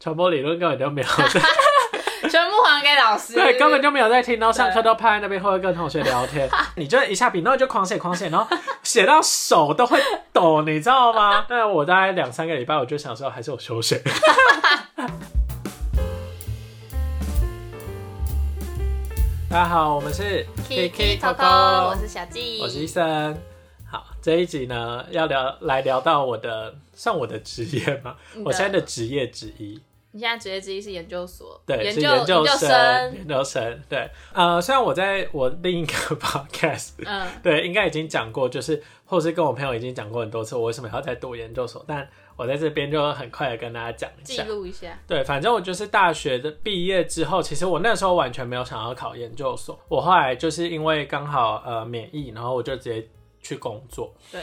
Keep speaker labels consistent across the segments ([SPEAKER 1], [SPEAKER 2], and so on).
[SPEAKER 1] 传播理论根本就没 有在，
[SPEAKER 2] 全部还给老师。
[SPEAKER 1] 对，根本就没有在听，然后上课都趴在那边，或者跟同学聊 天，你就一下笔，然后就狂写狂写，然后写到手都会抖，你知道 吗？那我大概两三个礼拜，我就想说，还是我休息。大家好，我们是
[SPEAKER 2] Kiki
[SPEAKER 1] Coco，
[SPEAKER 2] Coco，我是小纪，
[SPEAKER 1] 我是医生。好，这一集呢要聊来聊到我的算我的职业吗？
[SPEAKER 2] 你的
[SPEAKER 1] 我现在的职业之一，
[SPEAKER 2] 你现在职业之一是研究所，
[SPEAKER 1] 对，
[SPEAKER 2] 研
[SPEAKER 1] 是
[SPEAKER 2] 究
[SPEAKER 1] 研究
[SPEAKER 2] 研究
[SPEAKER 1] 生，
[SPEAKER 2] 生，
[SPEAKER 1] 研究生，对，呃，虽然我在我另一个 podcast，
[SPEAKER 2] 嗯，
[SPEAKER 1] 对，应该已经讲过，就是或是跟我朋友已经讲过很多次，我为什么要再读研究所，但我在这边就很快的跟大家讲一
[SPEAKER 2] 记
[SPEAKER 1] 下。
[SPEAKER 2] 录一下，
[SPEAKER 1] 对，反正我就是大学的毕业之后，其实我那时候完全没有想要考研究所，我后来就是因为刚好呃免疫，然后我就直接去工作。
[SPEAKER 2] 对。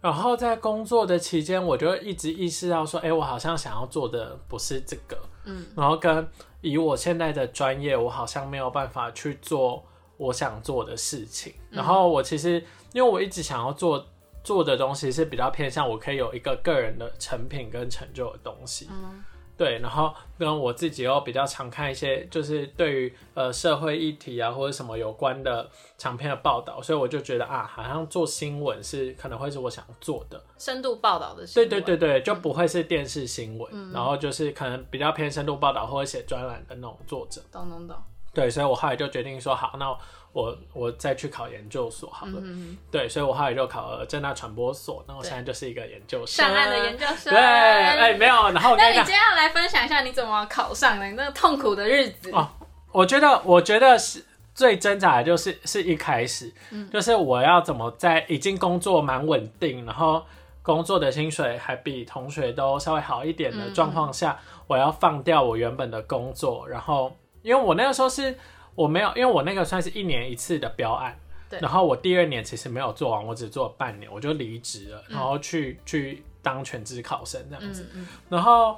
[SPEAKER 1] 然后在工作的期间，我就一直意识到说，哎，我好像想要做的不是这个，
[SPEAKER 2] 嗯，
[SPEAKER 1] 然后跟以我现在的专业，我好像没有办法去做我想做的事情。然后我其实因为我一直想要做做的东西是比较偏向我可以有一个个人的成品跟成就的东西，
[SPEAKER 2] 嗯
[SPEAKER 1] 对。然后跟我自己又比较常看一些就是对于呃社会议题啊或者什么有关的长篇的报道，所以我就觉得啊，好像做新闻是可能会是我想做的。
[SPEAKER 2] 深度报道的新
[SPEAKER 1] 对
[SPEAKER 2] 闻，嗯
[SPEAKER 1] 对对对，就不会是电视新闻，然后就是可能比较偏深度报道或者写专栏的那种作者。
[SPEAKER 2] 懂懂懂，
[SPEAKER 1] 对，所以我后来就决定说，好，那我我再去考研究所好
[SPEAKER 2] 嗯
[SPEAKER 1] 了。
[SPEAKER 2] 嗯嗯，
[SPEAKER 1] 对，所以我后来就考了正大传播所，那我
[SPEAKER 2] 对
[SPEAKER 1] 现在就是一个研究生。
[SPEAKER 2] 上岸的研究生，
[SPEAKER 1] 对，哎、没有，然后我
[SPEAKER 2] 那
[SPEAKER 1] 跟你
[SPEAKER 2] 你
[SPEAKER 1] 讲
[SPEAKER 2] 接，下来分享一下你怎么考上的，你那个痛苦的日子，
[SPEAKER 1] 哦我觉得，我觉得是最挣扎的就是是一开始，
[SPEAKER 2] 嗯
[SPEAKER 1] 就是我要怎么在已经工作蛮稳定，然后工作的薪水还比同学都稍微好一点的
[SPEAKER 2] 嗯
[SPEAKER 1] 状况下，我要放掉我原本的工作，然后因为我那个时候是我没有，因为我那个算是一年一次的标案。
[SPEAKER 2] 对
[SPEAKER 1] 然后我第二年其实没有做完，我只做了半年，我就离职
[SPEAKER 2] 嗯
[SPEAKER 1] 了，然后去、去当全职考生这样子。
[SPEAKER 2] 嗯嗯，
[SPEAKER 1] 然后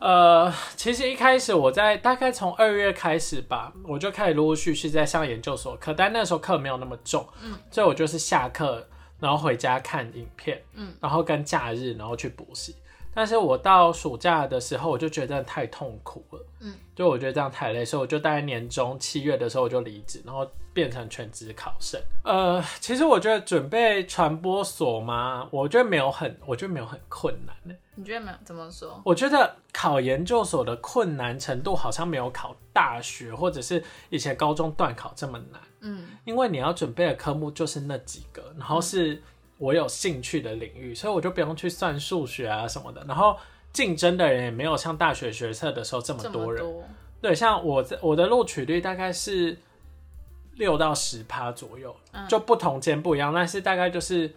[SPEAKER 1] 呃，其实一开始我在大概从二月开始吧，我就开始陆陆续续在上研究所课，但那时候课没有那么重，
[SPEAKER 2] 嗯，
[SPEAKER 1] 所以我就是下课然后回家看影片，
[SPEAKER 2] 嗯，
[SPEAKER 1] 然后跟假日然后去补习。但是我到暑假的时候，我就觉得太痛苦了，
[SPEAKER 2] 嗯，
[SPEAKER 1] 就我觉得这样太累，所以我就大概年中七月的时候我就离职，然后变成全职考生。呃，其实我觉得准备传播所嘛，我觉得没有很，我觉得没有很困难、欸
[SPEAKER 2] 你觉得没有怎么说？
[SPEAKER 1] 我觉得考研究所的困难程度好像没有考大学或者是以前高中段考这么难，
[SPEAKER 2] 嗯
[SPEAKER 1] 因为你要准备的科目就是那几个，然后是我有兴趣的领域，所以我就不用去算数学啊什么的，然后竞争的人也没有像大学学测的时候这么
[SPEAKER 2] 这
[SPEAKER 1] 多
[SPEAKER 2] 么
[SPEAKER 1] 人。
[SPEAKER 2] 多，
[SPEAKER 1] 对，像我在我的录取率大概是六到十趴左右，
[SPEAKER 2] 嗯
[SPEAKER 1] 就不同间不一样，但是大概就是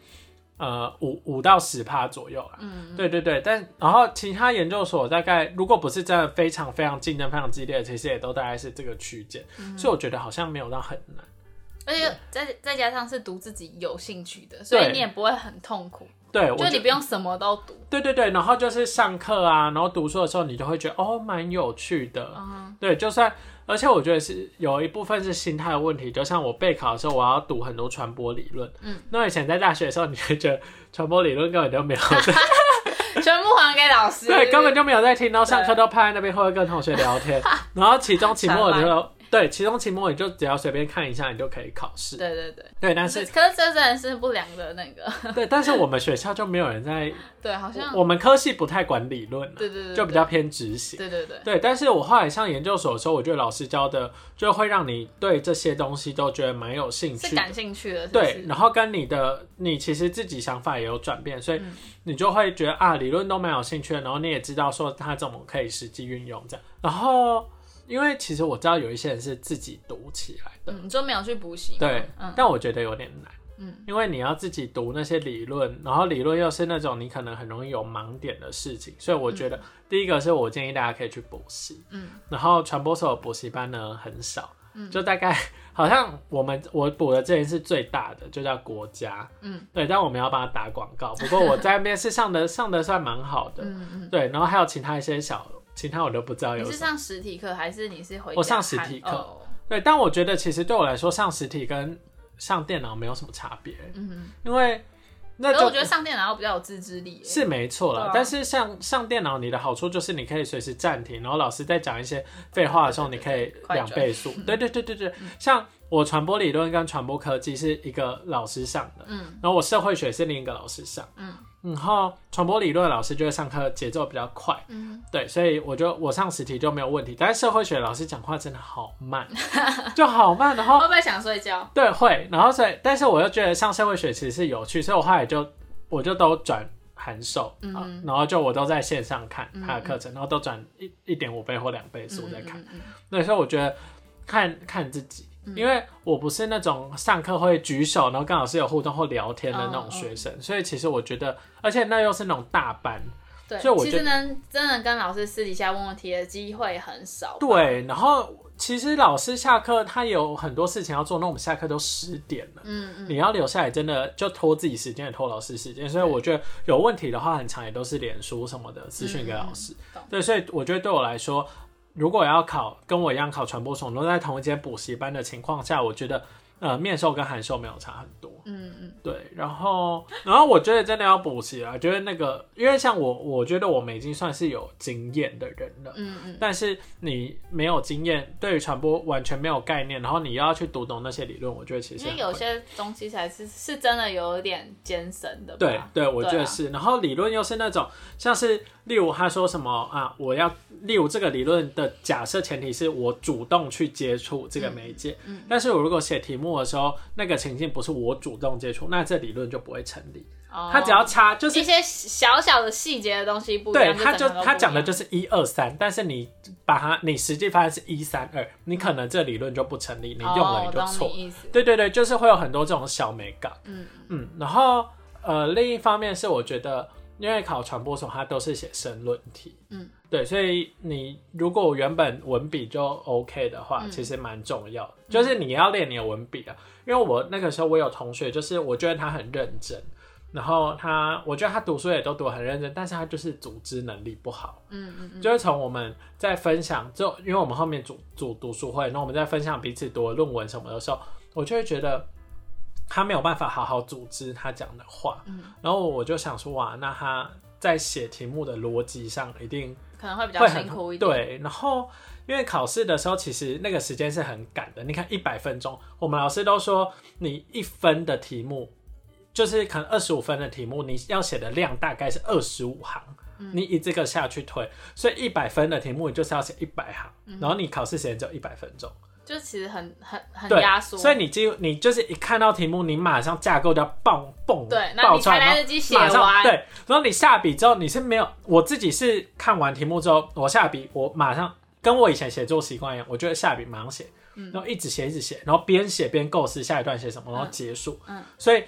[SPEAKER 1] 呃五五到十趴左右啦。
[SPEAKER 2] 嗯，
[SPEAKER 1] 对对对，但然后其他研究所大概如果不是真的非常非常竞争非常激烈，其实也都大概是这个区间，
[SPEAKER 2] 嗯
[SPEAKER 1] 所以我觉得好像没有到很难。
[SPEAKER 2] 而且再再加上是读自己有兴趣的，所以
[SPEAKER 1] 对
[SPEAKER 2] 你也不会很痛苦，
[SPEAKER 1] 对，我
[SPEAKER 2] 就
[SPEAKER 1] 觉
[SPEAKER 2] 你不用什么都 读。
[SPEAKER 1] 对对对，然后就是上课啊，然后读书的时候，你就会觉得哦，蛮有趣的。
[SPEAKER 2] 嗯
[SPEAKER 1] 对，就算而且我觉得是有一部分是心态的问题，就像我备考的时候，我要读很多传播理论。
[SPEAKER 2] 嗯，
[SPEAKER 1] 那以前在大学的时候，你会觉得传播理论根本就没 有在，
[SPEAKER 2] 全部还给老师，
[SPEAKER 1] 对，根本就没有在听，然后上课都趴在那边，或者跟同学聊天。然后期中、期末你
[SPEAKER 2] 传
[SPEAKER 1] 就对，期中、期末你就只要随便看一下，你就可以考试。
[SPEAKER 2] 对对对。
[SPEAKER 1] 对，但
[SPEAKER 2] 可是
[SPEAKER 1] 是
[SPEAKER 2] 可是这真的是不良的那个，
[SPEAKER 1] 对，但是我们学校就没有人在，
[SPEAKER 2] 对，好像
[SPEAKER 1] 我们科系不太管理论、啊，
[SPEAKER 2] 嗯对对对，
[SPEAKER 1] 就比较偏执行。
[SPEAKER 2] 对对对，
[SPEAKER 1] 对，但是我后来上研究所的时候，我觉得老师教的就会让你对这些东西都觉得蛮有兴
[SPEAKER 2] 是
[SPEAKER 1] 趣
[SPEAKER 2] 感
[SPEAKER 1] 的。
[SPEAKER 2] 兴趣的，是不
[SPEAKER 1] 对，
[SPEAKER 2] 是
[SPEAKER 1] 然后跟你的你其实自己想法也有转变，所以
[SPEAKER 2] 嗯
[SPEAKER 1] 你就会觉得啊，理论都蛮有兴趣的，然后你也知道说它怎么可以实际运用这样。然后，因为其实我知道有一些人是自己读起来的，
[SPEAKER 2] 嗯，你就没有去补习吗，
[SPEAKER 1] 对，
[SPEAKER 2] 嗯
[SPEAKER 1] 但我觉得有点难，
[SPEAKER 2] 嗯，
[SPEAKER 1] 因为你要自己读那些理论，然后理论又是那种你可能很容易有盲点的事情，所以我觉得第一个是我建议大家可以去补习，
[SPEAKER 2] 嗯，
[SPEAKER 1] 然后传播所的补习班呢很少，嗯，就大概 好像我们我补的这间是最大的，就叫国家，
[SPEAKER 2] 嗯，
[SPEAKER 1] 对，但我们要帮他打广 告，不过我在那边是上的上的算蛮好的，
[SPEAKER 2] 嗯嗯。
[SPEAKER 1] 对，然后还有其他一些小，其他我都不知道有
[SPEAKER 2] 你
[SPEAKER 1] 什
[SPEAKER 2] 是
[SPEAKER 1] 么。
[SPEAKER 2] 上实体课还是你是回
[SPEAKER 1] 我
[SPEAKER 2] 家
[SPEAKER 1] 上实
[SPEAKER 2] 看
[SPEAKER 1] 体课
[SPEAKER 2] 哦
[SPEAKER 1] 对，但我觉得其实对我来说，上实体跟上电脑没有什么差别，
[SPEAKER 2] 嗯
[SPEAKER 1] 因为那
[SPEAKER 2] 可是
[SPEAKER 1] 就
[SPEAKER 2] 我觉得上电脑要比较有自制力耶，
[SPEAKER 1] 是没错啦，
[SPEAKER 2] 对啊
[SPEAKER 1] 但是像上电脑，你的好处就是你可以随时暂停，然后老师在讲一些废话的时候，你
[SPEAKER 2] 对对
[SPEAKER 1] 可以
[SPEAKER 2] 快
[SPEAKER 1] 两
[SPEAKER 2] 转
[SPEAKER 1] 倍速。对对对对对，像我传播理论跟传播科技是一个老师上的，嗯，然后我社会学是另一个老师上，嗯，然后传播理论的老师就会上课节奏比较快，
[SPEAKER 2] 嗯，
[SPEAKER 1] 对，所以我就我上实体就没有问题，但是社会学老师讲话真的好 慢，就好慢，然后
[SPEAKER 2] 会不会想睡觉？
[SPEAKER 1] 对，会。然后所以，但是我又觉得上社会学其实是有趣，所以我后来就我就都转函授，
[SPEAKER 2] 嗯
[SPEAKER 1] 啊
[SPEAKER 2] 哼
[SPEAKER 1] 然后就我都在线上看
[SPEAKER 2] 嗯
[SPEAKER 1] 他的课程，然后都转一一点五倍或两倍速在看。
[SPEAKER 2] 嗯，嗯嗯嗯
[SPEAKER 1] 那时候我觉得看看自己，因为我不是那种上课会举手，然后跟老师有互动或聊天的那
[SPEAKER 2] 哦
[SPEAKER 1] 种学生，所以其实我觉得，而且那又是那种大班，
[SPEAKER 2] 对，
[SPEAKER 1] 所以我
[SPEAKER 2] 其
[SPEAKER 1] 觉
[SPEAKER 2] 实
[SPEAKER 1] 得
[SPEAKER 2] 能真的跟老师私底下问问题的机会很少。，
[SPEAKER 1] 对，然后。其实老师下课他有很多事情要做，那我们下课都十点了，
[SPEAKER 2] 嗯嗯，
[SPEAKER 1] 你要留下来，真的就拖自己时间，也拖老师时间。所以我觉得有问题的话，很长也都是脸书什么
[SPEAKER 2] 嗯
[SPEAKER 1] 的私讯给老师。
[SPEAKER 2] 懂
[SPEAKER 1] 对，所以我觉得对我来说，如果要考跟我一样考传播所，都在同一间补习班的情况下，我觉得呃面授跟函授没有差很多。
[SPEAKER 2] 嗯嗯
[SPEAKER 1] 对，然后然后我觉得真的要补习啊，觉得那个因为像我，我觉得我们已经算是有经验的人了。
[SPEAKER 2] 嗯嗯，
[SPEAKER 1] 但是你没有经验，对于传播完全没有概念，然后你又要去读懂那些理论，我觉得其实
[SPEAKER 2] 因为
[SPEAKER 1] 很
[SPEAKER 2] 有
[SPEAKER 1] 困
[SPEAKER 2] 些东西才是是真的有点艰深的吧。
[SPEAKER 1] 对对，我觉
[SPEAKER 2] 对
[SPEAKER 1] 得
[SPEAKER 2] 啊
[SPEAKER 1] 是。然后理论又是那种，像是例如他说什么啊，我要例如这个理论的假设前提是我主动去接触这个媒介，
[SPEAKER 2] 嗯
[SPEAKER 1] 但是我如果写题目的时候，那个情境不是我主动接触，那这理论就不会成立。
[SPEAKER 2] 哦，
[SPEAKER 1] 他只要差就是
[SPEAKER 2] 一些小小的细节的东西不一
[SPEAKER 1] 对，
[SPEAKER 2] 样，
[SPEAKER 1] 他就
[SPEAKER 2] 整个都不一样
[SPEAKER 1] 他讲的就是一二三，但是你把它你实际发现是一三二，你可能这理论就不成立，你用
[SPEAKER 2] 哦
[SPEAKER 1] 了
[SPEAKER 2] 我
[SPEAKER 1] 你就
[SPEAKER 2] 懂
[SPEAKER 1] 错。
[SPEAKER 2] 你意思。
[SPEAKER 1] 对对对，就是会有很多这种小美感。
[SPEAKER 2] 嗯
[SPEAKER 1] 嗯，然后呃，另一方面是我觉得，因为考传播所它都是写申论题，
[SPEAKER 2] 嗯，
[SPEAKER 1] 对，所以你如果原本文笔就 OK 的话，
[SPEAKER 2] 嗯
[SPEAKER 1] 其实蛮重要的，就是你要练你的文笔啊。因为我那个时候我有同学，就是我觉得他很认真，然后他我觉得他读书也都读得很认真，但是他就是组织能力不好。
[SPEAKER 2] 嗯嗯嗯，
[SPEAKER 1] 就是从我们在分享，就因为我们后面组组读书会，那我们在分享彼此读的论文什么的时候，我就会觉得他没有办法好好组织他讲的话，
[SPEAKER 2] 嗯
[SPEAKER 1] 然后我就想说，哇，那他在写题目的逻辑上一定
[SPEAKER 2] 可能会比较
[SPEAKER 1] 会
[SPEAKER 2] 辛
[SPEAKER 1] 很
[SPEAKER 2] 苦一点。
[SPEAKER 1] 对，然后因为考试的时候，其实那个时间是很赶的。你看一百分钟，我们老师都说你一分的题目，就是可能二十五分的题目，你要写的量大概是二十五行。
[SPEAKER 2] 嗯
[SPEAKER 1] 你以这个下去推，所以一百分的题目你就是要写一百行，
[SPEAKER 2] 嗯
[SPEAKER 1] 然后你考试时间只有一百分钟，
[SPEAKER 2] 就其实很很很
[SPEAKER 1] 对
[SPEAKER 2] 压，缩，
[SPEAKER 1] 所以你几乎你就是一看到题目，你马上架构就要蹦蹦
[SPEAKER 2] 对，那
[SPEAKER 1] 爆
[SPEAKER 2] 你
[SPEAKER 1] 出来，
[SPEAKER 2] 才
[SPEAKER 1] 然后
[SPEAKER 2] 来得及写
[SPEAKER 1] 马上
[SPEAKER 2] 完。
[SPEAKER 1] 对，然后你下笔之后你是没有，我自己是看完题目之后，我下笔我马上跟我以前写作习惯一样，我就会下笔马上写，然后一直写一直写，然后边写边构思下一段写什么，然后结束。
[SPEAKER 2] 嗯嗯嗯
[SPEAKER 1] 所以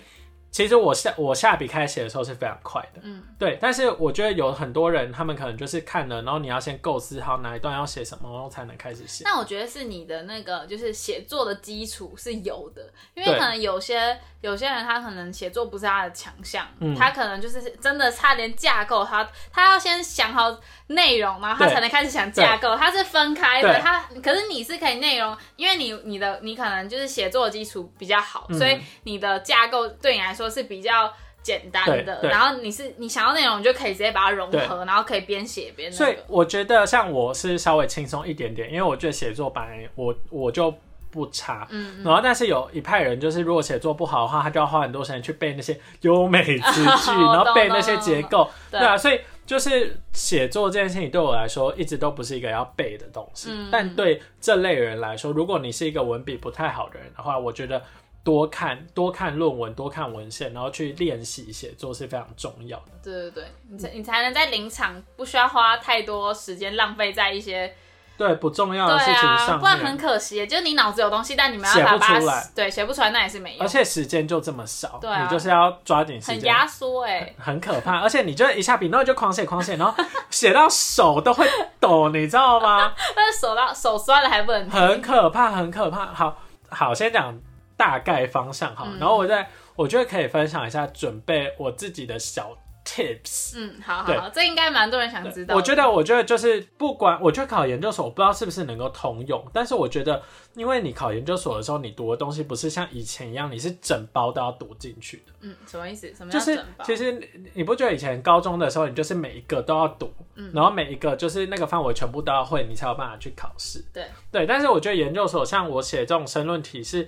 [SPEAKER 1] 其实我下我下笔开始写的时候是非常快的，
[SPEAKER 2] 嗯，
[SPEAKER 1] 对。但是我觉得有很多人他们可能就是看了，然后你要先构思好哪一段要写什么，然后才能开始写。
[SPEAKER 2] 那我觉得是你的那个就是写作的基础是有的，因为
[SPEAKER 1] 对
[SPEAKER 2] 可能有些有些人他可能写作不是他的强项，
[SPEAKER 1] 嗯
[SPEAKER 2] 他可能就是真的差点架构他，他要先想好内容，然后他
[SPEAKER 1] 对
[SPEAKER 2] 才能开始想架构，他是分开的
[SPEAKER 1] 对。
[SPEAKER 2] 他可是你是可以内容，因为你你的你可能就是写作的基础比较好，
[SPEAKER 1] 嗯
[SPEAKER 2] 所以你的架构对你来说是比较。简单
[SPEAKER 1] 对
[SPEAKER 2] 的，
[SPEAKER 1] 对
[SPEAKER 2] 然后你是你想要内容，你就可以直接把它融
[SPEAKER 1] 对
[SPEAKER 2] 合，然后可以边写边那
[SPEAKER 1] 所以
[SPEAKER 2] 个。
[SPEAKER 1] 我觉得像我是稍微轻松一点点，因为我觉得写作本来我我就不差，
[SPEAKER 2] 嗯，
[SPEAKER 1] 然后但是有一派人就是如果写作不好的话，他就要花很多时间去背那些优美词 句，
[SPEAKER 2] 懂
[SPEAKER 1] 然后背
[SPEAKER 2] 懂
[SPEAKER 1] 那些
[SPEAKER 2] 懂
[SPEAKER 1] 结
[SPEAKER 2] 懂
[SPEAKER 1] 构，
[SPEAKER 2] 对
[SPEAKER 1] 对啊，所以就是写作这件事情对我来说一直都不是一个要背的东西，
[SPEAKER 2] 嗯
[SPEAKER 1] 但对这类人来说，如果你是一个文笔不太好的人的话，我觉得。多看多看论文，多看文献，然后去练习写作是非常重要的。
[SPEAKER 2] 对对对，你才你才能在临场不需要花太多时间浪费在一些
[SPEAKER 1] 对不重要
[SPEAKER 2] 对
[SPEAKER 1] 的事情
[SPEAKER 2] 啊，
[SPEAKER 1] 上
[SPEAKER 2] 不然
[SPEAKER 1] 面
[SPEAKER 2] 很可惜耶。就是你脑子有东西，但你没办法
[SPEAKER 1] 写不出
[SPEAKER 2] 把它
[SPEAKER 1] 来
[SPEAKER 2] 对写不出来，那也是没用
[SPEAKER 1] 而，且时间就这么少，
[SPEAKER 2] 对啊
[SPEAKER 1] 你就是要抓紧时
[SPEAKER 2] 很
[SPEAKER 1] 间，
[SPEAKER 2] 压缩哎。
[SPEAKER 1] 很可怕。而且你就一下笔，然后就狂写狂写，然后写到手都会抖，你知道吗？
[SPEAKER 2] 但是手到手酸了还不能
[SPEAKER 1] 很可怕，很可怕。好好，先讲
[SPEAKER 2] 嗯
[SPEAKER 1] 大概方向哈，然后我再我觉得可以分享一下准备我自己的小 tips。
[SPEAKER 2] 嗯，好好
[SPEAKER 1] 对
[SPEAKER 2] 好，这应该蛮多人想知道的。
[SPEAKER 1] 我觉得，我觉得就是不管，我觉得考研究所，我不知道是不是能够通用，但是我觉得，因为你考研究所的时候，你读的东西不是像以前一样，你是整包都要读进去的。
[SPEAKER 2] 嗯，什么意思？什么
[SPEAKER 1] 就
[SPEAKER 2] 叫
[SPEAKER 1] 是
[SPEAKER 2] 整包？
[SPEAKER 1] 其实你你不觉得以前高中的时候，你就是每一个都要读，
[SPEAKER 2] 嗯
[SPEAKER 1] 然后每一个就是那个范围全部都要会，你才有办法去考试。
[SPEAKER 2] 对
[SPEAKER 1] 对，但是我觉得研究所像我写这种申论题是。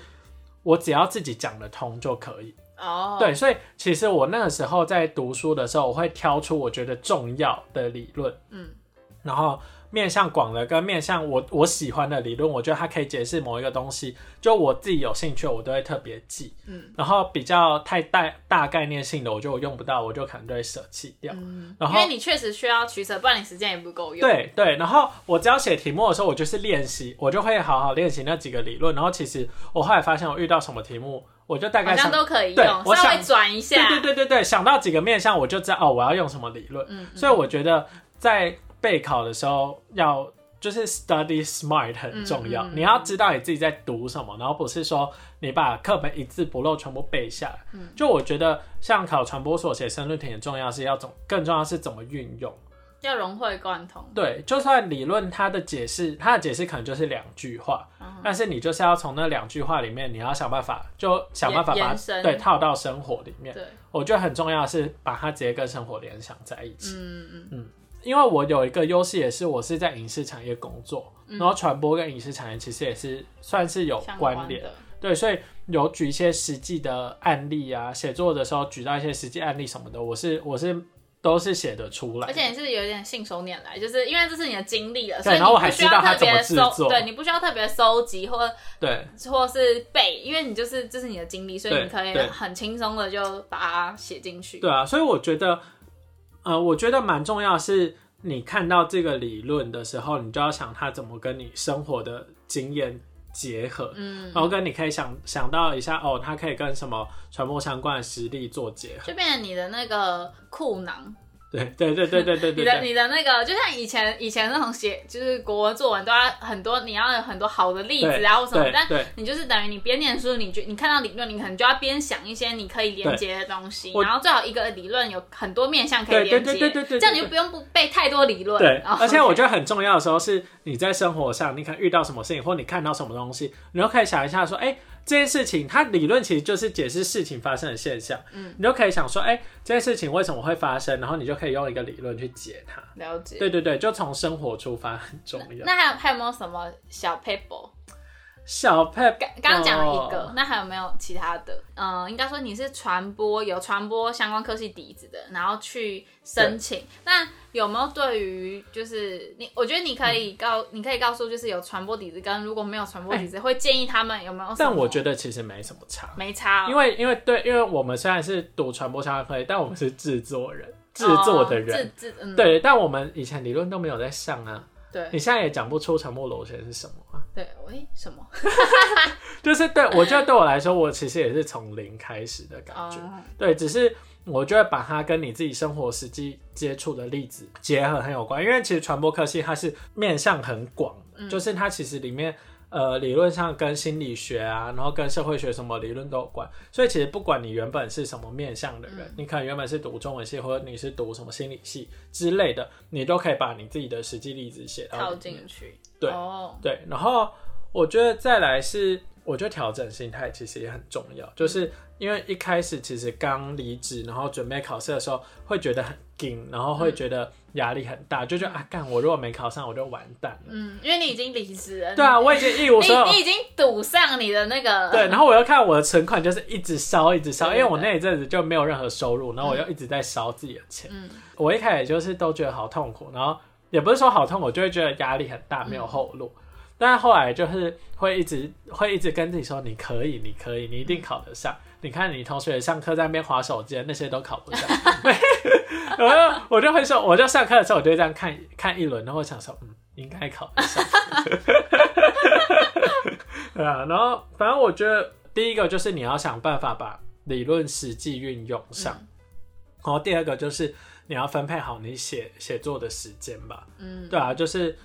[SPEAKER 1] 我只要自己讲得通就可以。
[SPEAKER 2] 哦，
[SPEAKER 1] 对，所以其实我那个时候在读书的时候，我会挑出我觉得重要的理论，
[SPEAKER 2] 嗯，
[SPEAKER 1] 然后面向广的跟面向我我喜欢的理论，我觉得它可以解释某一个东西，就我自己有兴趣的，我都会特别记。
[SPEAKER 2] 嗯
[SPEAKER 1] 然后比较太大大概念性的，我就用不到，我就可能就会舍弃掉。
[SPEAKER 2] 嗯，
[SPEAKER 1] 然
[SPEAKER 2] 因
[SPEAKER 1] 后
[SPEAKER 2] 为你确实需要取舍，不然你时间也不够用。，
[SPEAKER 1] 对对，然后我只要写题目的时候，我就是练习，我就会好好练习那几个理论。然后其实我后来发现，我遇到什么题目，我就大
[SPEAKER 2] 好
[SPEAKER 1] 概
[SPEAKER 2] 像
[SPEAKER 1] 想，
[SPEAKER 2] 都可以
[SPEAKER 1] 对
[SPEAKER 2] 用，
[SPEAKER 1] 我
[SPEAKER 2] 稍微
[SPEAKER 1] 想
[SPEAKER 2] 转一
[SPEAKER 1] 对
[SPEAKER 2] 下。
[SPEAKER 1] 对对对对，想到几个面向，我就知道哦，我要用什么理论。
[SPEAKER 2] 嗯，嗯，
[SPEAKER 1] 所以我觉得在备考的时候要。就是 study smart 很重要，
[SPEAKER 2] 嗯嗯嗯
[SPEAKER 1] 你要知道你自己在读什么，然后不是说你把课本一字不漏全部背下来。
[SPEAKER 2] 嗯
[SPEAKER 1] 就我觉得像考传播所写申论题很重要是要怎，更重要是怎么运用。
[SPEAKER 2] 要融会贯通。
[SPEAKER 1] 对，就算理论它的解释，它的解释可能就是两句话，
[SPEAKER 2] 嗯
[SPEAKER 1] 但是你就是要从那两句话里面，你要想办法，就想办法
[SPEAKER 2] 延
[SPEAKER 1] 把
[SPEAKER 2] 延伸
[SPEAKER 1] 对套到生活里面。
[SPEAKER 2] 对，
[SPEAKER 1] 我觉得很重要的是把它直接跟生活联想在一起，
[SPEAKER 2] 嗯嗯
[SPEAKER 1] 因为我有一个优势也是我是在影视产业工作，然后传播跟影视产业其实也是算是有
[SPEAKER 2] 嗯，相
[SPEAKER 1] 关联，
[SPEAKER 2] 的。
[SPEAKER 1] 对，所以有举一些实际的案例啊，写作的时候举到一些实际案例什么的，我是我是都是写得出来的，
[SPEAKER 2] 而且你是有点信手拈来，就是因为这是你的经历了，
[SPEAKER 1] 对
[SPEAKER 2] 所以你
[SPEAKER 1] 然后我还
[SPEAKER 2] 不需
[SPEAKER 1] 知
[SPEAKER 2] 要
[SPEAKER 1] 道它
[SPEAKER 2] 特别的
[SPEAKER 1] 怎么制
[SPEAKER 2] 搜，
[SPEAKER 1] 作
[SPEAKER 2] 对你不需要特别搜集或
[SPEAKER 1] 对
[SPEAKER 2] 或是背，因为你就是这是你的经历，所以
[SPEAKER 1] 对
[SPEAKER 2] 你可以
[SPEAKER 1] 对
[SPEAKER 2] 很轻松的就把它写进去。
[SPEAKER 1] 对啊，所以我觉得，呃，我觉得蛮重要的是，你看到这个理论的时候，你就要想它怎么跟你生活的经验结合，
[SPEAKER 2] 嗯，
[SPEAKER 1] 然后跟你可以想想到一下哦，它可以跟什么传播相关的实例做结合。
[SPEAKER 2] 就变成你的那个库囊，
[SPEAKER 1] 对对对对对对
[SPEAKER 2] 你
[SPEAKER 1] 对
[SPEAKER 2] 的
[SPEAKER 1] 对。
[SPEAKER 2] 你的那个，就像以前以前那种写，就是国文作文都要很多，你要有很多好的例子啊或什么
[SPEAKER 1] 对，
[SPEAKER 2] 但
[SPEAKER 1] 对，
[SPEAKER 2] 你就是等于你边念书，你就你看到理论，你可能就要边想一些你可以连接的东西，
[SPEAKER 1] 我
[SPEAKER 2] 然后最好一个理论有很多面向可以连接，
[SPEAKER 1] 对对对对对对
[SPEAKER 2] 这样你就不用不背太多理论。哦
[SPEAKER 1] 对，
[SPEAKER 2] 然后
[SPEAKER 1] 而且我觉得很重要的时候是你在生活上，你可能遇到什么事情，或你看到什么东西，你就可以想一下说，哎、这件事情它理论其实就是解释事情发生的现象，
[SPEAKER 2] 嗯，
[SPEAKER 1] 你就可以想说，哎、这件事情为什么会发生，然后你就可以用一个理论去解它。
[SPEAKER 2] 了解。
[SPEAKER 1] 对对对，就从生活出发很重要。
[SPEAKER 2] 那还有还有没有什么小 paper？
[SPEAKER 1] 小 Pep
[SPEAKER 2] 刚刚刚讲了
[SPEAKER 1] 哦
[SPEAKER 2] 一个，那还有没有其他的？嗯，应该说你是传播有传播相关科系底子的，然后去申请。那有没有对于就是你？我觉得你可以告，你可以告诉就是有传播底子跟如果没有传播底子，会建议他们有没有什么？
[SPEAKER 1] 哎但我觉得其实没什么差，
[SPEAKER 2] 没差哦、
[SPEAKER 1] 因为因为对，因为我们虽然是读传播相关科技，但我们是制作人，制作的人。
[SPEAKER 2] 哦、制制嗯，
[SPEAKER 1] 对，但我们以前理论都没有在上啊，
[SPEAKER 2] 对
[SPEAKER 1] 你现在也讲不出传播螺旋是什么啊。
[SPEAKER 2] 对，喂，什么？
[SPEAKER 1] 就是对我觉得对我来说，我其实也是从零开始的感觉。
[SPEAKER 2] 哦，
[SPEAKER 1] 对，只是我就会把它跟你自己生活实际接触的例子结合很有关，因为其实传播科系它是面向很广的，
[SPEAKER 2] 嗯
[SPEAKER 1] 就是它其实里面。呃，理论上跟心理学啊，然后跟社会学什么理论都有关，所以其实不管你原本是什么面向的人，
[SPEAKER 2] 嗯
[SPEAKER 1] 你可能原本是读中文系，或者你是读什么心理系之类的，你都可以把你自己的实际例子写到
[SPEAKER 2] 套
[SPEAKER 1] 里面
[SPEAKER 2] 进去。
[SPEAKER 1] 对
[SPEAKER 2] 哦，
[SPEAKER 1] 对，然后我觉得再来是，我觉得调整心态其实也很重要，就是因为一开始其实刚离职，然后准备考试的时候，会觉得很紧，然后
[SPEAKER 2] 嗯
[SPEAKER 1] 会觉得压力很大，就觉得啊，干我如果没考上，我就完蛋了。
[SPEAKER 2] 嗯，因为你已经离职了，
[SPEAKER 1] 对啊，我已经一无
[SPEAKER 2] 你
[SPEAKER 1] 所有
[SPEAKER 2] 你。已经赌上你的那个
[SPEAKER 1] 对，然后我又看我的存款就是一直烧，一直烧，
[SPEAKER 2] 对
[SPEAKER 1] 因
[SPEAKER 2] 对
[SPEAKER 1] 为我那一阵子就没有任何收入，然后我又一直在烧自己的钱。
[SPEAKER 2] 嗯
[SPEAKER 1] 我一开始就是都觉得好痛苦，然后也不是说好痛苦，就会觉得压力很大，没有后路。但是后来就是会一直会一直跟自己说，你可以，你可以，你一定考得上。你看你同学上课在那边划手机，那些都考不上。我就我就会说，我就上课的时候我就这样看看一轮，然后我想说，嗯，应该考得上。对啊，然后反正我觉得第一个就是你要想办法把理论实际运用上，然后第二个就是你要分配好你写写作的时间吧。
[SPEAKER 2] 嗯，
[SPEAKER 1] 对啊，就是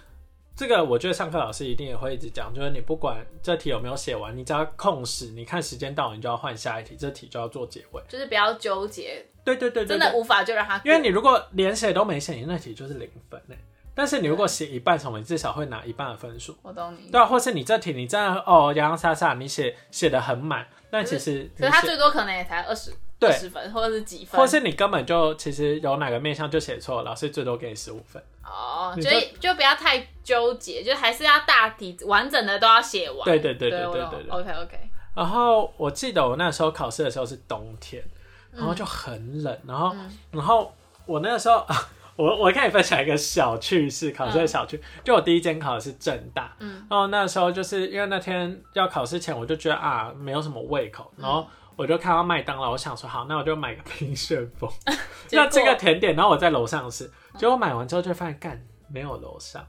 [SPEAKER 1] 这个，我觉得上课老师一定也会一直讲，就是你不管这题有没有写完，你只要空时，你看时间到，你就要换下一题，这题就要做结尾。
[SPEAKER 2] 就是不要纠结
[SPEAKER 1] 对对对对，
[SPEAKER 2] 真
[SPEAKER 1] 对
[SPEAKER 2] 的无法就让他过，
[SPEAKER 1] 因为你如果连写都没写，你那题就是零分呢。但是你如果写一半成为，你至少会拿一半的分数。
[SPEAKER 2] 我懂你，
[SPEAKER 1] 对啊，或是你这题你真的哦洋洋洒洒，你写写的很满，但其实你
[SPEAKER 2] 可是他
[SPEAKER 1] 写，
[SPEAKER 2] 最多可能也才二十
[SPEAKER 1] 对
[SPEAKER 2] 二十分或者是几分，
[SPEAKER 1] 或是你根本就其实有哪个面向就写错，老师最多给你十五分。
[SPEAKER 2] 哦，
[SPEAKER 1] 你
[SPEAKER 2] 所以就不要太纠结，就还是要大体完整的都要写完。
[SPEAKER 1] 对对对对
[SPEAKER 2] 对
[SPEAKER 1] 对对对。
[SPEAKER 2] OK OK，
[SPEAKER 1] 然后我记得我那时候考试的时候是冬天，然后就很冷，然后
[SPEAKER 2] 嗯
[SPEAKER 1] 然后我那个时候。 我我跟你分享一个小趣事，考试的小趣。就我第一间考的是正大，
[SPEAKER 2] 嗯，
[SPEAKER 1] 然后那时候就是因为那天要考试前，我就觉得啊没有什么胃口，然
[SPEAKER 2] 嗯
[SPEAKER 1] 后我就看到麦当劳，我想说好，那我就买个冰旋 风，
[SPEAKER 2] 结
[SPEAKER 1] 那
[SPEAKER 2] 果
[SPEAKER 1] 这个甜点，然后我在楼上吃，
[SPEAKER 2] 嗯
[SPEAKER 1] 结果买完之后就发现干没有楼上，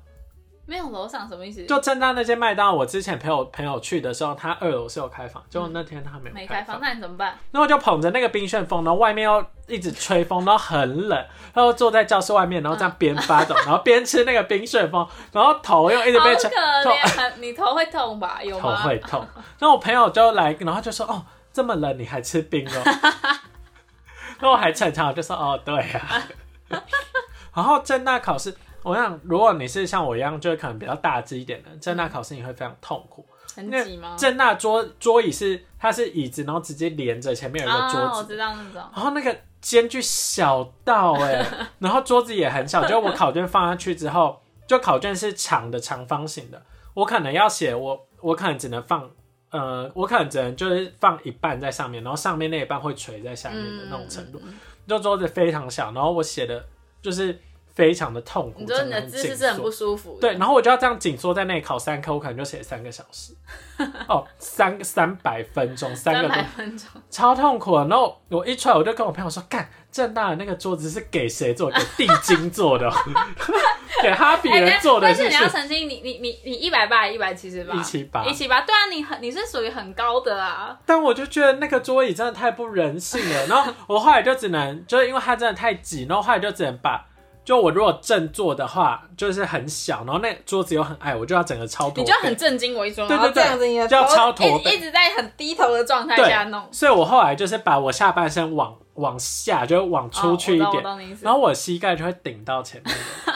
[SPEAKER 2] 没有楼上什么意思？
[SPEAKER 1] 就正当那间麦当劳，我之前陪我朋友去的时候，他二楼是有开放，结果那天他没有
[SPEAKER 2] 嗯没
[SPEAKER 1] 开
[SPEAKER 2] 开
[SPEAKER 1] 放
[SPEAKER 2] 放，，那你怎么办？
[SPEAKER 1] 那我就捧着那个冰旋风，然后外面又一直吹风，然后很冷，然后坐在教室外面，然后这样边发抖， 然后边吃那个冰旋风，然后头又一直
[SPEAKER 2] 好
[SPEAKER 1] 被
[SPEAKER 2] 可
[SPEAKER 1] 吹，头
[SPEAKER 2] 怜，你头会痛 吧？有
[SPEAKER 1] 头
[SPEAKER 2] 吗？
[SPEAKER 1] 会痛。然后我朋友就来，然后就说：“哦，这么冷你还吃冰哦？” 然后我还逞强，我就说：“哦，对啊。” 然后正大考试，我想如果你是像我一样，就是可能比较大只一点的，正大考试你会非常痛苦。
[SPEAKER 2] 很
[SPEAKER 1] 那
[SPEAKER 2] 挤吗？
[SPEAKER 1] 正大桌桌椅是它是椅子，然后直接连着前面有一个
[SPEAKER 2] 啊，
[SPEAKER 1] 桌
[SPEAKER 2] 我
[SPEAKER 1] 子，
[SPEAKER 2] 知道那种。
[SPEAKER 1] 然后那个间距小到哎、 然后桌子也很小，就我考卷放下去之后，就考卷是长的长方形的，我可能要写我我可能只能放呃，我可能只能就是放一半在上面，然后上面那一半会垂在下面的
[SPEAKER 2] 嗯
[SPEAKER 1] 那种程度，就桌子非常小，然后我写的就是非常的痛苦，
[SPEAKER 2] 你说
[SPEAKER 1] 真
[SPEAKER 2] 你
[SPEAKER 1] 的
[SPEAKER 2] 的
[SPEAKER 1] 很
[SPEAKER 2] 姿
[SPEAKER 1] 紧
[SPEAKER 2] 势是很
[SPEAKER 1] 缩
[SPEAKER 2] 不。舒服的，
[SPEAKER 1] 对，然后我就要这样紧缩在那里考三科，我可能就写三个小 时，哦，三三百分钟，三个多
[SPEAKER 2] 三百 分钟，
[SPEAKER 1] 超痛苦啊的。然后我一出来，我就跟我朋友说：“干，正大的那个桌子是给谁做的？ 给地精做的哦，给哈比人做的
[SPEAKER 2] 哎但
[SPEAKER 1] 是不
[SPEAKER 2] 是你要
[SPEAKER 1] 是？
[SPEAKER 2] 澄清，你你你你一百八，一百七十八，
[SPEAKER 1] 178
[SPEAKER 2] 一七八，对啊，你很你是属于很高的啊，
[SPEAKER 1] 但我就觉得那个桌椅真的太不人性 了。然后我后来就只能，就是因为它真的太挤，然后后来就只能把。就我如果正坐的话，就是很小，然后那桌子又很矮，我就要整个超
[SPEAKER 2] 你
[SPEAKER 1] 多。
[SPEAKER 2] 就很震惊为中，
[SPEAKER 1] 对
[SPEAKER 2] 然后
[SPEAKER 1] 对
[SPEAKER 2] 这样子你
[SPEAKER 1] 对，
[SPEAKER 2] 的
[SPEAKER 1] 就要超
[SPEAKER 2] 头
[SPEAKER 1] 驼
[SPEAKER 2] 一
[SPEAKER 1] 背
[SPEAKER 2] 一。直在很低头的状态
[SPEAKER 1] 对
[SPEAKER 2] 下弄，
[SPEAKER 1] 所以我后来就是把我下半身往往下，就是往出去一
[SPEAKER 2] 哦我
[SPEAKER 1] 点，
[SPEAKER 2] 懂我懂你意思
[SPEAKER 1] 然后我膝盖就会顶到前面的，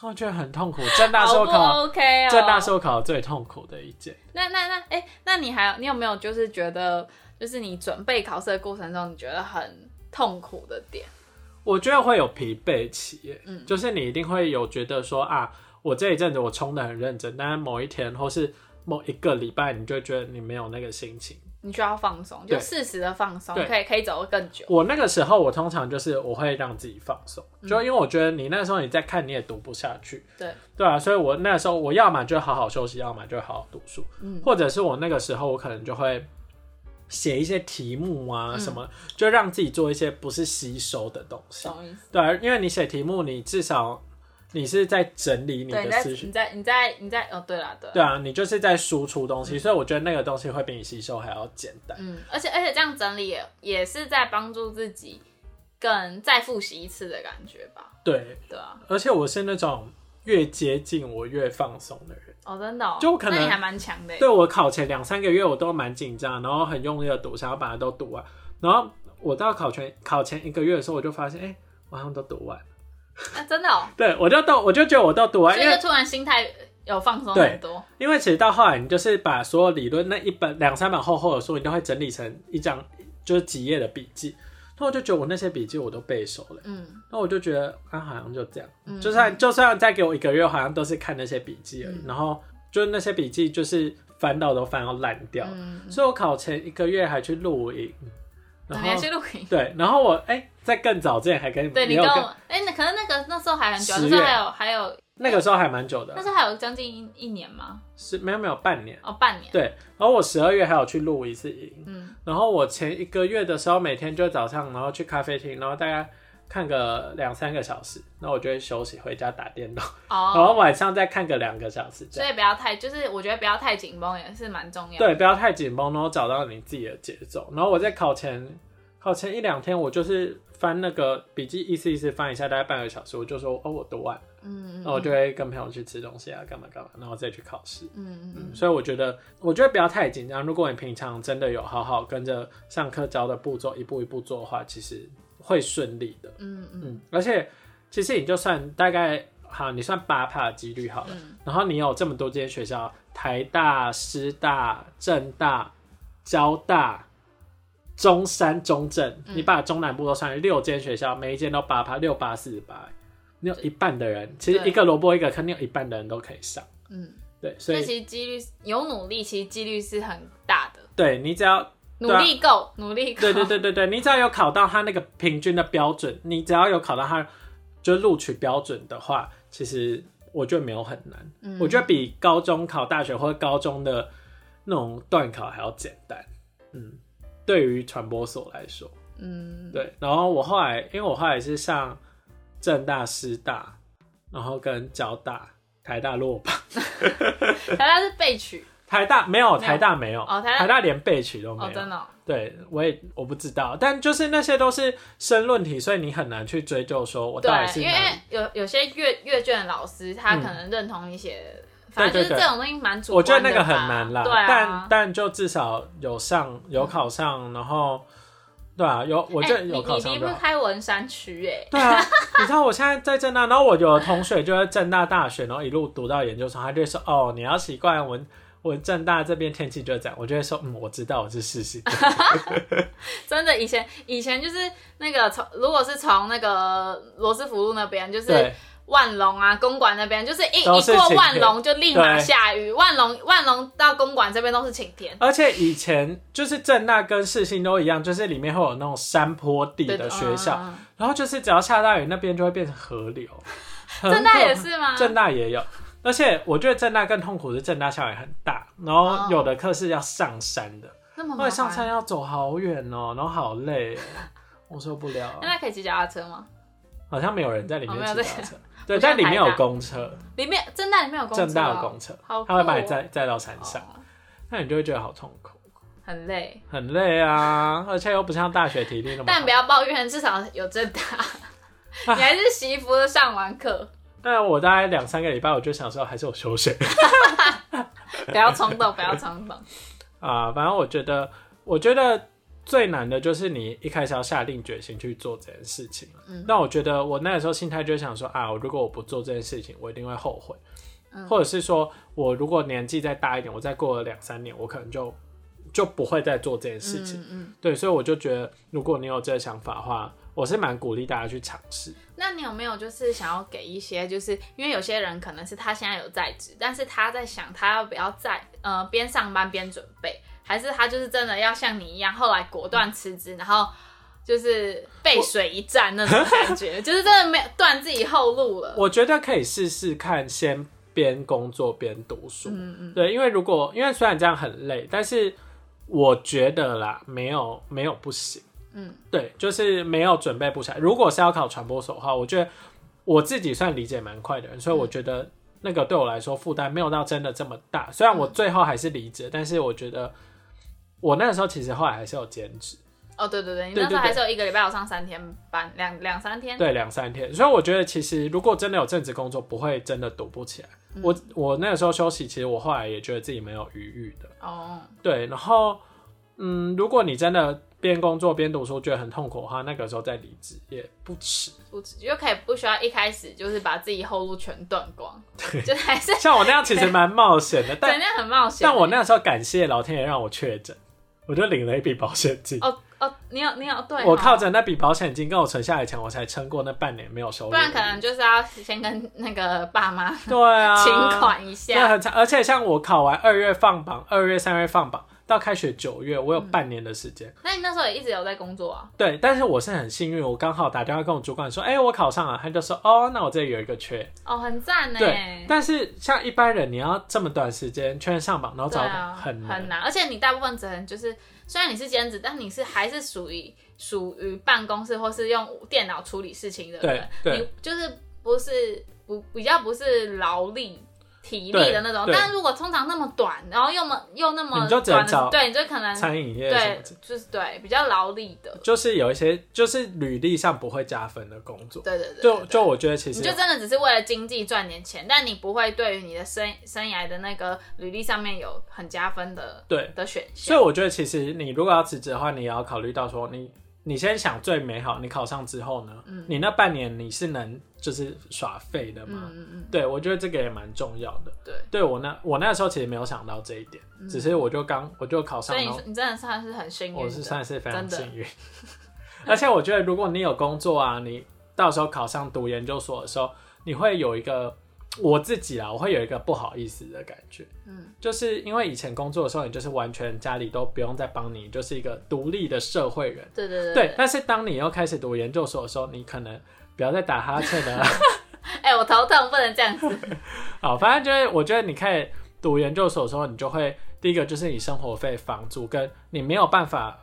[SPEAKER 1] 我觉得很痛苦。正大是
[SPEAKER 2] 好
[SPEAKER 1] 我
[SPEAKER 2] 不
[SPEAKER 1] 考，
[SPEAKER 2] OK 哦。
[SPEAKER 1] 正大是我考的最痛苦的一届。
[SPEAKER 2] 那那那，哎、那你还有你有没有就是觉得，就是你准备考试的过程中，你觉得很痛苦的点？
[SPEAKER 1] 我觉得会有疲惫期耶，
[SPEAKER 2] 嗯
[SPEAKER 1] 就是你一定会有觉得说啊，我这一阵子我冲的很认真，但是某一天或是某一个礼拜，你就会觉得你没有那个心情。
[SPEAKER 2] 你需要放松，
[SPEAKER 1] 对
[SPEAKER 2] 就适时的放松，
[SPEAKER 1] 对
[SPEAKER 2] 可以可以走得更久。
[SPEAKER 1] 我那个时候，我通常就是我会让自己放松，
[SPEAKER 2] 嗯
[SPEAKER 1] 就因为我觉得你那时候你在看你也读不下去，
[SPEAKER 2] 对
[SPEAKER 1] 对啊，所以我那时候我要么就好好休息，要么就好好读书，
[SPEAKER 2] 嗯
[SPEAKER 1] 或者是我那个时候我可能就会写一些题目啊
[SPEAKER 2] 嗯
[SPEAKER 1] 什么，就让自己做一些不是吸收的东西，
[SPEAKER 2] 懂意思？
[SPEAKER 1] 对、啊，因为你写题目，你至少你是在整理你
[SPEAKER 2] 对，
[SPEAKER 1] 的
[SPEAKER 2] 你在
[SPEAKER 1] 思绪
[SPEAKER 2] 你。在你在你在哦，对啦对啦
[SPEAKER 1] 对啊，你就是在输出东西，所以我觉得那个东西会比你吸收还要简单。
[SPEAKER 2] 嗯，而且而且这样整理也也是在帮助自己更再复习一次的感觉吧？
[SPEAKER 1] 对，
[SPEAKER 2] 对啊，
[SPEAKER 1] 而且我是那种越接近我越放松的人。
[SPEAKER 2] 哦，真的、哦，
[SPEAKER 1] 就可能
[SPEAKER 2] 那你还蛮强的耶，
[SPEAKER 1] 对我考前两三个月我都蛮紧张，然后很用力的读，想要把它都读完。然后我到考前考前一个月的时候，我就发现，哎、我好像都读完。
[SPEAKER 2] 啊，真的、哦，
[SPEAKER 1] 对我就都我就觉得我都读完，
[SPEAKER 2] 所
[SPEAKER 1] 哦
[SPEAKER 2] 以
[SPEAKER 1] 因为
[SPEAKER 2] 就突然心态有放松
[SPEAKER 1] 对
[SPEAKER 2] 很多，
[SPEAKER 1] 因为其实到后来你就是把所有理论那一本两三本厚厚的书，你都会整理成一张就是几页的笔记。那我就觉得我那些笔记我都背熟了，
[SPEAKER 2] 嗯，
[SPEAKER 1] 那我就觉得啊，好像就这样。就算就算再给我一个月，好像都是看那些笔记而已。
[SPEAKER 2] 嗯
[SPEAKER 1] 然后就是那些笔记就是翻到都翻到烂掉了。
[SPEAKER 2] 嗯
[SPEAKER 1] 所以我考前一个月还去露营，然
[SPEAKER 2] 等下
[SPEAKER 1] 后
[SPEAKER 2] 去露营。
[SPEAKER 1] 对，然后我哎、在更早之前还跟你们
[SPEAKER 2] 对你
[SPEAKER 1] 也有
[SPEAKER 2] 跟
[SPEAKER 1] 跟
[SPEAKER 2] 我，哎、那可能那个那时候还很久，啊
[SPEAKER 1] 十
[SPEAKER 2] 那时候
[SPEAKER 1] 月
[SPEAKER 2] 还有还有
[SPEAKER 1] 那个时候还蛮久
[SPEAKER 2] 那
[SPEAKER 1] 的，
[SPEAKER 2] 时候还有将近一一年吗？
[SPEAKER 1] 是没有没有半年。
[SPEAKER 2] 哦，半年。
[SPEAKER 1] 对，然后我十二月还有去露一次营，
[SPEAKER 2] 嗯，
[SPEAKER 1] 然后我前一个月的时候，每天就早上，然后去咖啡厅，然后大概看个两三个小时，然后我就会休息，回家打电动，然
[SPEAKER 2] 哦，
[SPEAKER 1] 后晚上再看个两个小时这
[SPEAKER 2] 所
[SPEAKER 1] 样。
[SPEAKER 2] 以不要太，就是我觉得不要太紧绷也是蛮重要的。
[SPEAKER 1] 对，不要太紧绷，然后找到你自己的节奏。然后我在考前，考前一两天，我就是翻那个笔记，意思意思翻一下，大概半个小时，我就说哦，我读完了，
[SPEAKER 2] 嗯，嗯
[SPEAKER 1] 然后我就会跟朋友去吃东西啊，干嘛干嘛，然后再去考试。
[SPEAKER 2] 嗯嗯嗯，
[SPEAKER 1] 嗯，所以我觉得，我觉得不要太紧张。如果你平常真的有好好跟着上课教的步骤一步一步做的话，其实会顺利的。
[SPEAKER 2] 嗯嗯
[SPEAKER 1] 嗯，而且其实你就算大概好，你算八帕的几率好了，
[SPEAKER 2] 嗯
[SPEAKER 1] 然后你有这么多间学校，台大、师大、政大、交大、中山、中正，
[SPEAKER 2] 嗯
[SPEAKER 1] 你把中南部都算六间学校，每一间都八帕，六八四十八，你有一半的人，其实
[SPEAKER 2] 对
[SPEAKER 1] 一个萝卜一个坑，你有一半的人都可以上。
[SPEAKER 2] 嗯，
[SPEAKER 1] 对，所
[SPEAKER 2] 所以
[SPEAKER 1] 以
[SPEAKER 2] 其实几率有努力，其实几率是很大的，
[SPEAKER 1] 对你只要
[SPEAKER 2] 努力够，努力 够，
[SPEAKER 1] 对对对对对，你只要有考到他那个平均的标准，你只要有考到他就录取标准的话，其实我觉得没有很难。
[SPEAKER 2] 嗯
[SPEAKER 1] 我觉得比高中考大学或者高中的那种段考还要简单。嗯，对于传播所来说，
[SPEAKER 2] 嗯，
[SPEAKER 1] 对。然后我后来，因为我后来是上正大、师大，然后跟交大、台大落榜。
[SPEAKER 2] 台大是被取
[SPEAKER 1] 台大没有，台大没有，
[SPEAKER 2] 哦台大
[SPEAKER 1] 台大连备取都没
[SPEAKER 2] 哦，
[SPEAKER 1] 有。
[SPEAKER 2] 真的哦、
[SPEAKER 1] 对，我也我不知道，但就是那些都是申论题，所以你很难去追究说我到底是
[SPEAKER 2] 对，因
[SPEAKER 1] 哪
[SPEAKER 2] 为
[SPEAKER 1] 里。
[SPEAKER 2] 有有些阅阅卷老师他可能认同一些，反正就
[SPEAKER 1] 嗯对对
[SPEAKER 2] 是
[SPEAKER 1] 对
[SPEAKER 2] 这种东西蛮主
[SPEAKER 1] 我
[SPEAKER 2] 观的
[SPEAKER 1] 觉
[SPEAKER 2] 吧
[SPEAKER 1] 得那个很难啦，
[SPEAKER 2] 对啊
[SPEAKER 1] 但，但就至少有上有考上，然后对啊，有我觉
[SPEAKER 2] 哎
[SPEAKER 1] 得有考
[SPEAKER 2] 你
[SPEAKER 1] 上
[SPEAKER 2] 你
[SPEAKER 1] 就
[SPEAKER 2] 离不
[SPEAKER 1] 好。
[SPEAKER 2] 开文山区哎、
[SPEAKER 1] 对 啊，你知道我现在在正大，然后我有的同学就在正大大学，然后一路读到研究生，他就会说哦，你要习惯我们我们正大这边天气就这样，我就会说嗯，我知道，我是试 试。
[SPEAKER 2] 真的以前以前就是那个从如果是从那个罗斯福路那边就是。
[SPEAKER 1] 对，
[SPEAKER 2] 万隆啊，公馆那边就是一一
[SPEAKER 1] 都是
[SPEAKER 2] 过
[SPEAKER 1] 晴
[SPEAKER 2] 万
[SPEAKER 1] 天
[SPEAKER 2] 隆就立马
[SPEAKER 1] 对
[SPEAKER 2] 下雨，万隆万隆到公馆这边都是晴天，
[SPEAKER 1] 而且以前就是正大跟世新都一样，就是里面会有那种山坡地
[SPEAKER 2] 对
[SPEAKER 1] 的学校，，
[SPEAKER 2] 嗯
[SPEAKER 1] 然后就是只要下大雨，那边就会变成河流。很
[SPEAKER 2] 正大
[SPEAKER 1] 可
[SPEAKER 2] 嗯也
[SPEAKER 1] 怕，
[SPEAKER 2] 是啊吗？
[SPEAKER 1] 正大也有。而且我觉得正大更痛苦是正大校园很大，然后有的课是要上山的，
[SPEAKER 2] 那么
[SPEAKER 1] 后
[SPEAKER 2] 麻
[SPEAKER 1] 来上山
[SPEAKER 2] 烦，
[SPEAKER 1] 要走好远哦、然后好累哦、我受不了。
[SPEAKER 2] 那可以骑脚踏车吗？
[SPEAKER 1] 好像没有人在里面
[SPEAKER 2] 哦
[SPEAKER 1] 骑
[SPEAKER 2] 没有
[SPEAKER 1] 脚踏车，
[SPEAKER 2] 我
[SPEAKER 1] 对，
[SPEAKER 2] 现在
[SPEAKER 1] 但里面有
[SPEAKER 2] 台大
[SPEAKER 1] 公车，
[SPEAKER 2] 里面正大里面有公车、哦，
[SPEAKER 1] 正大有公车，
[SPEAKER 2] 好酷哦
[SPEAKER 1] 他会把你载载到山上，
[SPEAKER 2] 哦
[SPEAKER 1] 那你就会觉得好痛苦。
[SPEAKER 2] 很累，
[SPEAKER 1] 很累啊，而且又不像大学体力那么好。
[SPEAKER 2] 但不要抱怨，至少有正大， 你还是习服的上完 课，
[SPEAKER 1] 但我大概两三个礼拜，我就想说还是我休息
[SPEAKER 2] 不要冲动，不要冲动，
[SPEAKER 1] 啊。反正我觉得，我觉得最难的就是你一开始要下定决心去做这件事情。啊
[SPEAKER 2] 嗯
[SPEAKER 1] 那我觉得我那个时候心态就想说啊，我如果我不做这件事情，我一定会后悔，
[SPEAKER 2] 嗯
[SPEAKER 1] 或者是说我如果年纪再大一点，我再过了两三年，我可能就就不会再做这件事情。
[SPEAKER 2] 嗯嗯。
[SPEAKER 1] 对，所以我就觉得，如果你有这个想法的话，我是蛮鼓励大家去尝试。
[SPEAKER 2] 那你有没有就是想要给一些，就是因为有些人可能是他现在有在职，但是他在想他要不要在呃边上班边准备，还是他就是真的要像你一样，后来果断辞职，然后就是背水一战那种 感觉，就是真的没有断自己后路了。
[SPEAKER 1] 我觉得可以试试看，先边工作边读书。
[SPEAKER 2] 嗯嗯，
[SPEAKER 1] 对，因为如果因为虽然这样很累，但是我觉得啦，没有没有不行。
[SPEAKER 2] 嗯，
[SPEAKER 1] 对，就是没有准备不起来。如果是要考传播所的话，我觉得我自己算理解蛮快的人，所以我
[SPEAKER 2] 嗯
[SPEAKER 1] 觉得那个对我来说负担没有到真的这么大。虽然
[SPEAKER 2] 嗯
[SPEAKER 1] 我最后还是离职，但是我觉得我那个时候其实后来还是有兼职。
[SPEAKER 2] 哦对对对，你
[SPEAKER 1] 对
[SPEAKER 2] 那时
[SPEAKER 1] 对
[SPEAKER 2] 候
[SPEAKER 1] 对
[SPEAKER 2] 还是有一个礼拜有上三天班，两两三天。
[SPEAKER 1] 对，两三天。所以我觉得，其实如果真的有正职工作，不会真的读不起来。
[SPEAKER 2] 嗯
[SPEAKER 1] 我我那个时候休息，其实我后来也觉得自己没有余裕的。
[SPEAKER 2] 哦，
[SPEAKER 1] 对，然后嗯，如果你真的边工作边读书觉得很痛苦的话，那个时候再离职也不迟。
[SPEAKER 2] 不止就可以不需要一开始就是把自己后路全断 光，就还是
[SPEAKER 1] 像我那样其实蛮冒险 的，
[SPEAKER 2] 真
[SPEAKER 1] 但
[SPEAKER 2] 的很冒险欸。
[SPEAKER 1] 但我那时候感谢老天爷让我确诊，我就领了一笔保险金。
[SPEAKER 2] 哦哦，你有你有对哦，
[SPEAKER 1] 我靠着那笔保险金跟我存下来的钱，我才撑过那半年没有收入
[SPEAKER 2] 不
[SPEAKER 1] 的
[SPEAKER 2] 然
[SPEAKER 1] 日子。
[SPEAKER 2] 可能就是要先跟那个爸妈
[SPEAKER 1] 对啊，
[SPEAKER 2] 请款一
[SPEAKER 1] 那
[SPEAKER 2] 下。
[SPEAKER 1] 很长，而且像我考完二月放榜，二月、三月放榜，到开学九月，我有半年的时间。
[SPEAKER 2] 那你那时候也一直有在工作啊？
[SPEAKER 1] 对，但是我是很幸运，我刚好打电话跟我主管说，哎、我考上了，他就说，哦，那我这里有一个缺。
[SPEAKER 2] 哦，很赞呢。
[SPEAKER 1] 对，但是像一般人，你要这么短时间确认上榜，然后
[SPEAKER 2] 对
[SPEAKER 1] 找
[SPEAKER 2] 啊，
[SPEAKER 1] 很难。
[SPEAKER 2] 难，而且你大部分只能就是，虽然你是兼职，但你是还是属于属于办公室或是用电脑处理事情的人，
[SPEAKER 1] 对对
[SPEAKER 2] 你就是不是不比较不是劳力。体力
[SPEAKER 1] 对
[SPEAKER 2] 的那种，
[SPEAKER 1] 对
[SPEAKER 2] 但如果通常那么短，然后又么又那么
[SPEAKER 1] 你就只能
[SPEAKER 2] 短
[SPEAKER 1] 找
[SPEAKER 2] 的，对，你就可能
[SPEAKER 1] 餐饮业什
[SPEAKER 2] 对
[SPEAKER 1] 么的，，
[SPEAKER 2] 就是对比较劳力的，
[SPEAKER 1] 就是有一些就是履历上不会加分的工作。
[SPEAKER 2] 对对对，
[SPEAKER 1] 就
[SPEAKER 2] 对
[SPEAKER 1] 就我觉得其实
[SPEAKER 2] 你就真的只是为了经济赚点钱，但你不会对于你的生生涯的那个履历上面有很加分的
[SPEAKER 1] 对，
[SPEAKER 2] 的选
[SPEAKER 1] 所
[SPEAKER 2] 项。
[SPEAKER 1] 以我觉得其实你如果要辞职的话，你也要考虑到说你。你先想最美好，你考上之后呢？
[SPEAKER 2] 嗯
[SPEAKER 1] 你那半年你是能就是耍废的吗？
[SPEAKER 2] 嗯嗯嗯，
[SPEAKER 1] 对我觉得这个也蛮重要的。
[SPEAKER 2] 对。嗯
[SPEAKER 1] 对我那我那时候其实没有想到这一点，只是我就刚我就考上了，
[SPEAKER 2] 所以你
[SPEAKER 1] 然后
[SPEAKER 2] 说你真的算是很幸运的，
[SPEAKER 1] 我是算是非常
[SPEAKER 2] 真的
[SPEAKER 1] 幸运。 而且我觉得，如果你有工作啊，你到时候考上读研究所的时候，你会有一个我自己啊，我会有一个不好意思的感觉。
[SPEAKER 2] 嗯，
[SPEAKER 1] 就是因为以前工作的时候，你就是完全家里都不用再帮你，你就是一个独立的社会人。
[SPEAKER 2] 对对对
[SPEAKER 1] 对，但是当你又开始读研究所的时候，你可能不要再打哈欠了。
[SPEAKER 2] 哎、我头痛，不能这样子。
[SPEAKER 1] 好，反正就是我觉得你开始读研究所的时候，你就会第一个就是你生活费、房租，跟你没有办法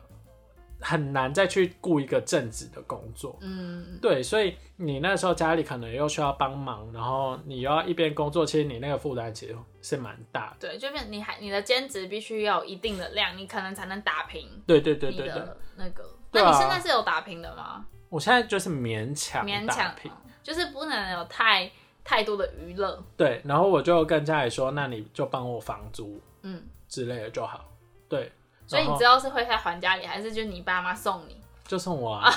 [SPEAKER 1] 很难再去雇一个正职的工作。
[SPEAKER 2] 嗯，
[SPEAKER 1] 对，所以你那时候家里可能又需要帮忙，然后你又要一边工作，其实你那个负担其实是蛮大的。
[SPEAKER 2] 对，就变你还你的兼职必须要有一定的量，你可能才能打平
[SPEAKER 1] 对对对
[SPEAKER 2] 你
[SPEAKER 1] 对对，
[SPEAKER 2] 的那个。
[SPEAKER 1] 对啊
[SPEAKER 2] 那你现在是有打平的吗？
[SPEAKER 1] 我现在就是勉强
[SPEAKER 2] 勉
[SPEAKER 1] 打
[SPEAKER 2] 强
[SPEAKER 1] 平，，
[SPEAKER 2] 就是不能有太太多的娱乐。
[SPEAKER 1] 对，然后我就跟家里说，那你就帮我房租
[SPEAKER 2] 嗯，
[SPEAKER 1] 之类的就好。对，
[SPEAKER 2] 所以
[SPEAKER 1] 然
[SPEAKER 2] 你
[SPEAKER 1] 后
[SPEAKER 2] 之后是会再还家里，还是就你爸妈送你？
[SPEAKER 1] 就送我 啊，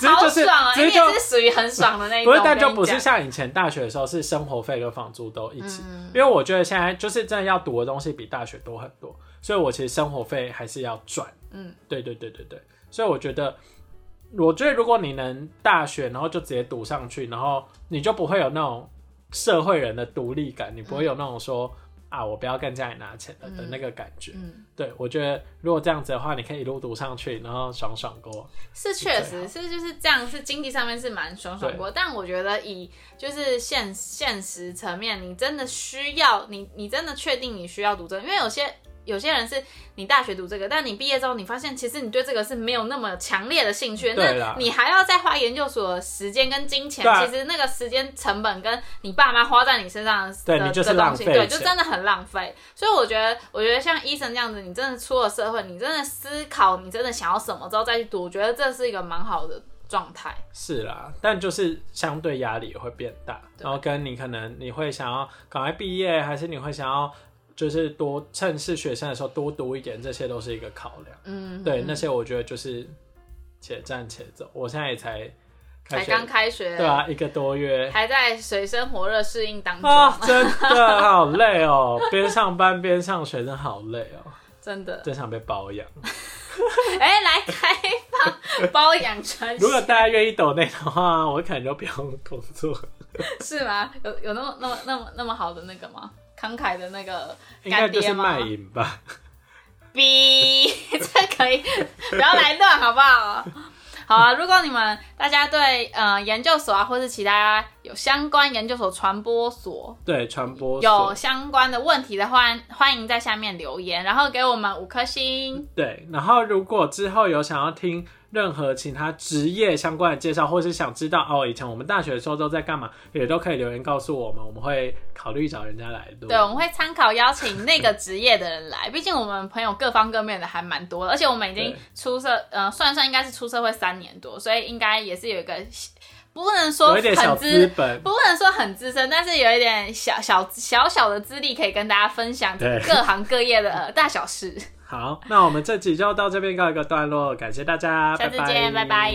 [SPEAKER 1] 只是就是
[SPEAKER 2] 好爽啊！
[SPEAKER 1] 只
[SPEAKER 2] 你
[SPEAKER 1] 是
[SPEAKER 2] 也
[SPEAKER 1] 就是
[SPEAKER 2] 属于很爽的那一种。
[SPEAKER 1] 不是，但就
[SPEAKER 2] 我跟你
[SPEAKER 1] 不是
[SPEAKER 2] 讲
[SPEAKER 1] 像以前大学的时候是生活费跟房租都一起，
[SPEAKER 2] 嗯
[SPEAKER 1] 因为我觉得现在就是真的要读的东西比大学多很多，所以我其实生活费还是要赚。
[SPEAKER 2] 嗯，
[SPEAKER 1] 对对对对对，所以我觉得，我觉得如果你能大学然后就直接读上去，然后你就不会有那种社会人的独立感，你不会有那种说、啊我不要跟家里拿钱了的那个感觉。
[SPEAKER 2] 嗯，
[SPEAKER 1] 对，我觉得如果这样子的话，你可以一路读上去，然后爽爽过。
[SPEAKER 2] 是确
[SPEAKER 1] 啊
[SPEAKER 2] 实是就是这样，是经济上面是蛮爽爽过，但我觉得以就是现现实层面，你真的需要你你真的确定你需要读这个，因为有些有些人是你大学读这个，但你毕业之后你发现其实你对这个是没有那么强烈的兴趣，
[SPEAKER 1] 对啦
[SPEAKER 2] 那你还要再花研究所的时间跟金钱
[SPEAKER 1] 对，啊
[SPEAKER 2] 其实那个时间成本跟你爸妈花在你身上的
[SPEAKER 1] 对
[SPEAKER 2] 的
[SPEAKER 1] 你就是
[SPEAKER 2] 的
[SPEAKER 1] 浪
[SPEAKER 2] 东
[SPEAKER 1] 费
[SPEAKER 2] 西，对，就
[SPEAKER 1] 钱
[SPEAKER 2] 真的很浪费。所以我觉得，我觉得像医生这样子，你真的出了社会，你真的思考你真的想要什么之后再去读，我觉得这是一个蛮好的状态。
[SPEAKER 1] 是啦，但就是相对压力也会变大，然后跟你可能你会想要赶快毕业，还是你会想要就是多趁是学生的时候多读一点，这些都是一个考量。
[SPEAKER 2] 嗯，
[SPEAKER 1] 对，那些我觉得就是且战且走。我现在也才开
[SPEAKER 2] 才
[SPEAKER 1] 学，
[SPEAKER 2] 刚开学，
[SPEAKER 1] 对啊，一个多月
[SPEAKER 2] 还在水深火热适应当中，
[SPEAKER 1] 啊，真的好累哦，边上班边上学，真的好累哦，
[SPEAKER 2] 真的。
[SPEAKER 1] 真想被包养。
[SPEAKER 2] 哎、来开放包养 专
[SPEAKER 1] 如果大家愿意抖内的话，我可能就不用工作了，
[SPEAKER 2] 是吗？有有那么那么那么那么好的那个吗？慷慨的那个
[SPEAKER 1] 应该
[SPEAKER 2] 干
[SPEAKER 1] 就是
[SPEAKER 2] 爹吗
[SPEAKER 1] 卖？淫吧。
[SPEAKER 2] B，这 可以，不要来乱好不好？好啊，如果你们大家对呃研究所啊，或是其他有相关研究所传播所
[SPEAKER 1] 对，传播所
[SPEAKER 2] 有相关的问题的话，欢迎在下面留言，然后给我们五颗星。
[SPEAKER 1] 对，然后如果之后有想要听任何其他职业相关的介绍，或是想知道哦，以前我们大学的时候都在干嘛，也都可以留言告诉我们，我们会考虑找人家来录。
[SPEAKER 2] 对，我们会参考邀请那个职业的人来，毕竟我们朋友各方各面的还蛮多的，而且我们已经
[SPEAKER 1] 对
[SPEAKER 2] 出社，呃，算一算应该是出社会三年多，所以应该也是有一个不能说
[SPEAKER 1] 有一点小
[SPEAKER 2] 很
[SPEAKER 1] 资
[SPEAKER 2] 资
[SPEAKER 1] 本，
[SPEAKER 2] 不能说很资深，但是有一点小小小小的资历，可以跟大家分享
[SPEAKER 1] 对
[SPEAKER 2] 各行各业的呃大小事。
[SPEAKER 1] 好，那我们这集就到这边告一个段落，感谢大家，
[SPEAKER 2] 下次见，拜拜